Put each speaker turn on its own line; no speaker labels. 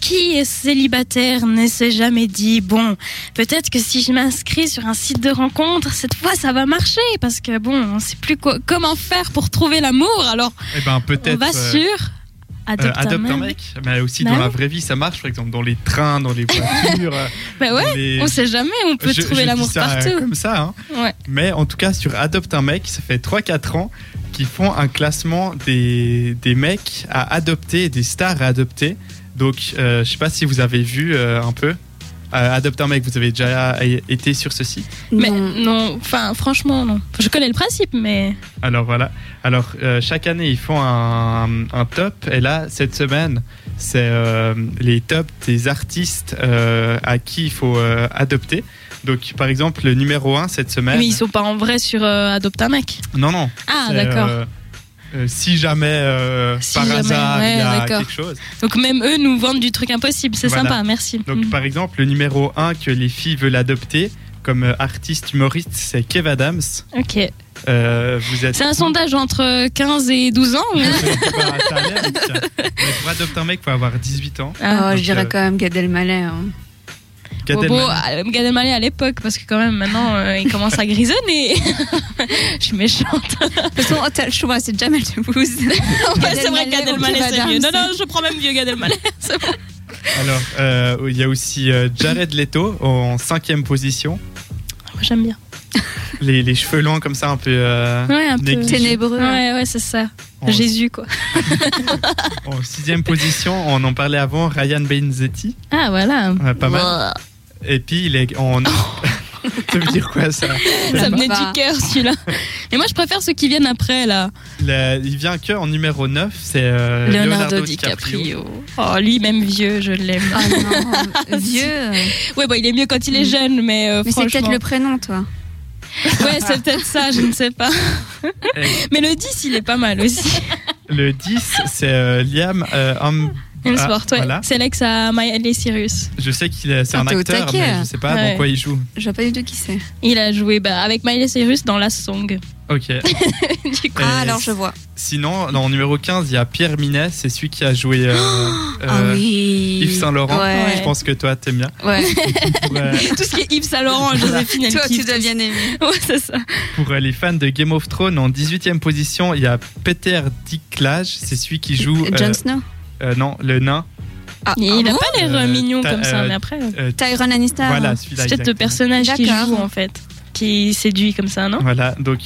qui est célibataire ne s'est jamais dit bon, peut-être que si je m'inscris sur un site de rencontre, cette fois ça va marcher parce que bon, on sait plus quoi- comment faire pour trouver l'amour. Alors,
Eh ben peut-être.
on va
euh,
sur
euh,
adopte,
adopte
mec.
un mec, mais aussi
Bah
dans
oui.
la vraie vie, ça marche, par exemple, dans les trains, dans les voitures. euh,
Bah ouais,
dans les-
on sait jamais, on peut
Je- je
trouver
dis
l'amour
ça, euh,
partout.
Comme ça, hein.
Ouais.
Mais en tout cas, sur Adopte un mec, ça fait 3-4 ans qu'ils font un classement des, des mecs à adopter, des stars à adopter. Donc, euh, je sais pas si vous avez vu euh, un peu. Euh, Adopte un mec, vous avez déjà euh, été sur ce site.
Mais
Non.
non, enfin franchement non. Je connais le principe, mais
Alors voilà. Alors, euh, chaque année, ils font un, un top. Et là, cette semaine, c'est euh, les tops des artistes euh, à qui il faut euh, adopter. Donc, par exemple, le numéro 1 cette semaine.
mais ils sont pas en vrai sur euh, adopte un mec.
Non, non.
Ah
C'est,
d'accord.
euh, euh, si jamais euh,
Si
par
jamais,
hasard il y
ouais,
a
d'accord.
quelque chose.
Donc même eux nous vendent du truc impossible, c'est
Voilà.
sympa, merci.
Donc
Mhm.
par exemple, le numéro 1 que les filles veulent adopter comme euh, artiste humoriste, c'est Kev Adams.
OK.
Euh, vous êtes
C'est un sondage entre 15 et 12 ans. ou-
Bah, ça a l'air, putain. Mais pour adopter un mec, faut avoir 18 ans.
Ah.
Oh,
Donc,
je dirais
euh,
quand même Gad Elmaleh. hein.
Gad
Bon,
Elmaleh.
bon, euh, Gad Elmaleh à l'époque, parce que quand même maintenant euh, il commence à grisonner. je suis méchante.
De toute façon, t'as le choix, c'est Jamel Debbouze.
Ouais, c'est vrai, Gad
Elmaleh ou
Elmaleh
Kev
c'est mieux. Non,
Adams.
non, je prends même vieux Gad Elmaleh. c'est bon.
Alors, euh, il y a aussi euh, Jared Leto en cinquième position.
Moi, J'aime bien.
Les, les cheveux longs comme ça, un peu euh,
Ouais, un peu.
Négligé.
Ténébreux.
Ouais, ouais, c'est ça.
en,
Jésus quoi.
en sixième position. On en parlait avant, Ryan Benzetti.
Ah voilà.
Ouais, pas mal. Et puis il est en. ça veut dire quoi ça
Oh. Ça
me
venait
va.
du cœur celui-là. Mais moi je préfère ceux qui viennent après là.
Le- Il vient que en numéro 9, c'est euh,
Leonardo, DiCaprio. Oh lui même vieux, je l'aime.
Ah non, vieux.
Ouais bah il est mieux quand il est jeune mais, euh,
Mais c'est
franchement-
peut-être le prénom, toi.
Ouais c'est peut-être ça, je ne sais pas.
Et
Mais le 10 il est pas mal aussi.
Le 10, c'est euh, Liam euh, Hum-
Hemsworth,
Ah,
ouais.
voilà.
C'est l'ex à Miley Cyrus.
Je sais qu'il est, c'est un
Ah, t'es au
acteur,
taquet.
mais je sais pas
Ouais.
dans quoi il joue.
Je vois pas du tout qui c'est.
Il a joué bah, avec Miley Cyrus dans Last Song.
Ok.
Du coup,
Et
Ah, alors je vois.
Sinon, en numéro 15, il y a Pierre Minet, c'est celui qui a joué euh,
ah
euh,
oui.
Yves Saint Laurent. Je
Ouais.
pense que toi, t'aimes bien.
ouais.
Pour, euh,
tout ce qui est Yves Saint Laurent, Joséphine, elle
Toi, tu
kiffe.
dois bien aimer.
Ouais, c'est ça.
pour euh, les fans de Game of Thrones, en 18e position, il y a Peter Dinklage, c'est celui qui joue. euh,
Jon Snow.
euh, non, le nain.
Ah,
Et il
ah
a
bon
pas l'air
Euh,
mignon
t'as-
comme ça,
euh,
mais après,
euh,
Tyron Aniston.
voilà, celui-là.
c'est peut-être le
exactement.
personnage qui
D'accord.
joue en fait, qui séduit comme ça, non
Voilà, donc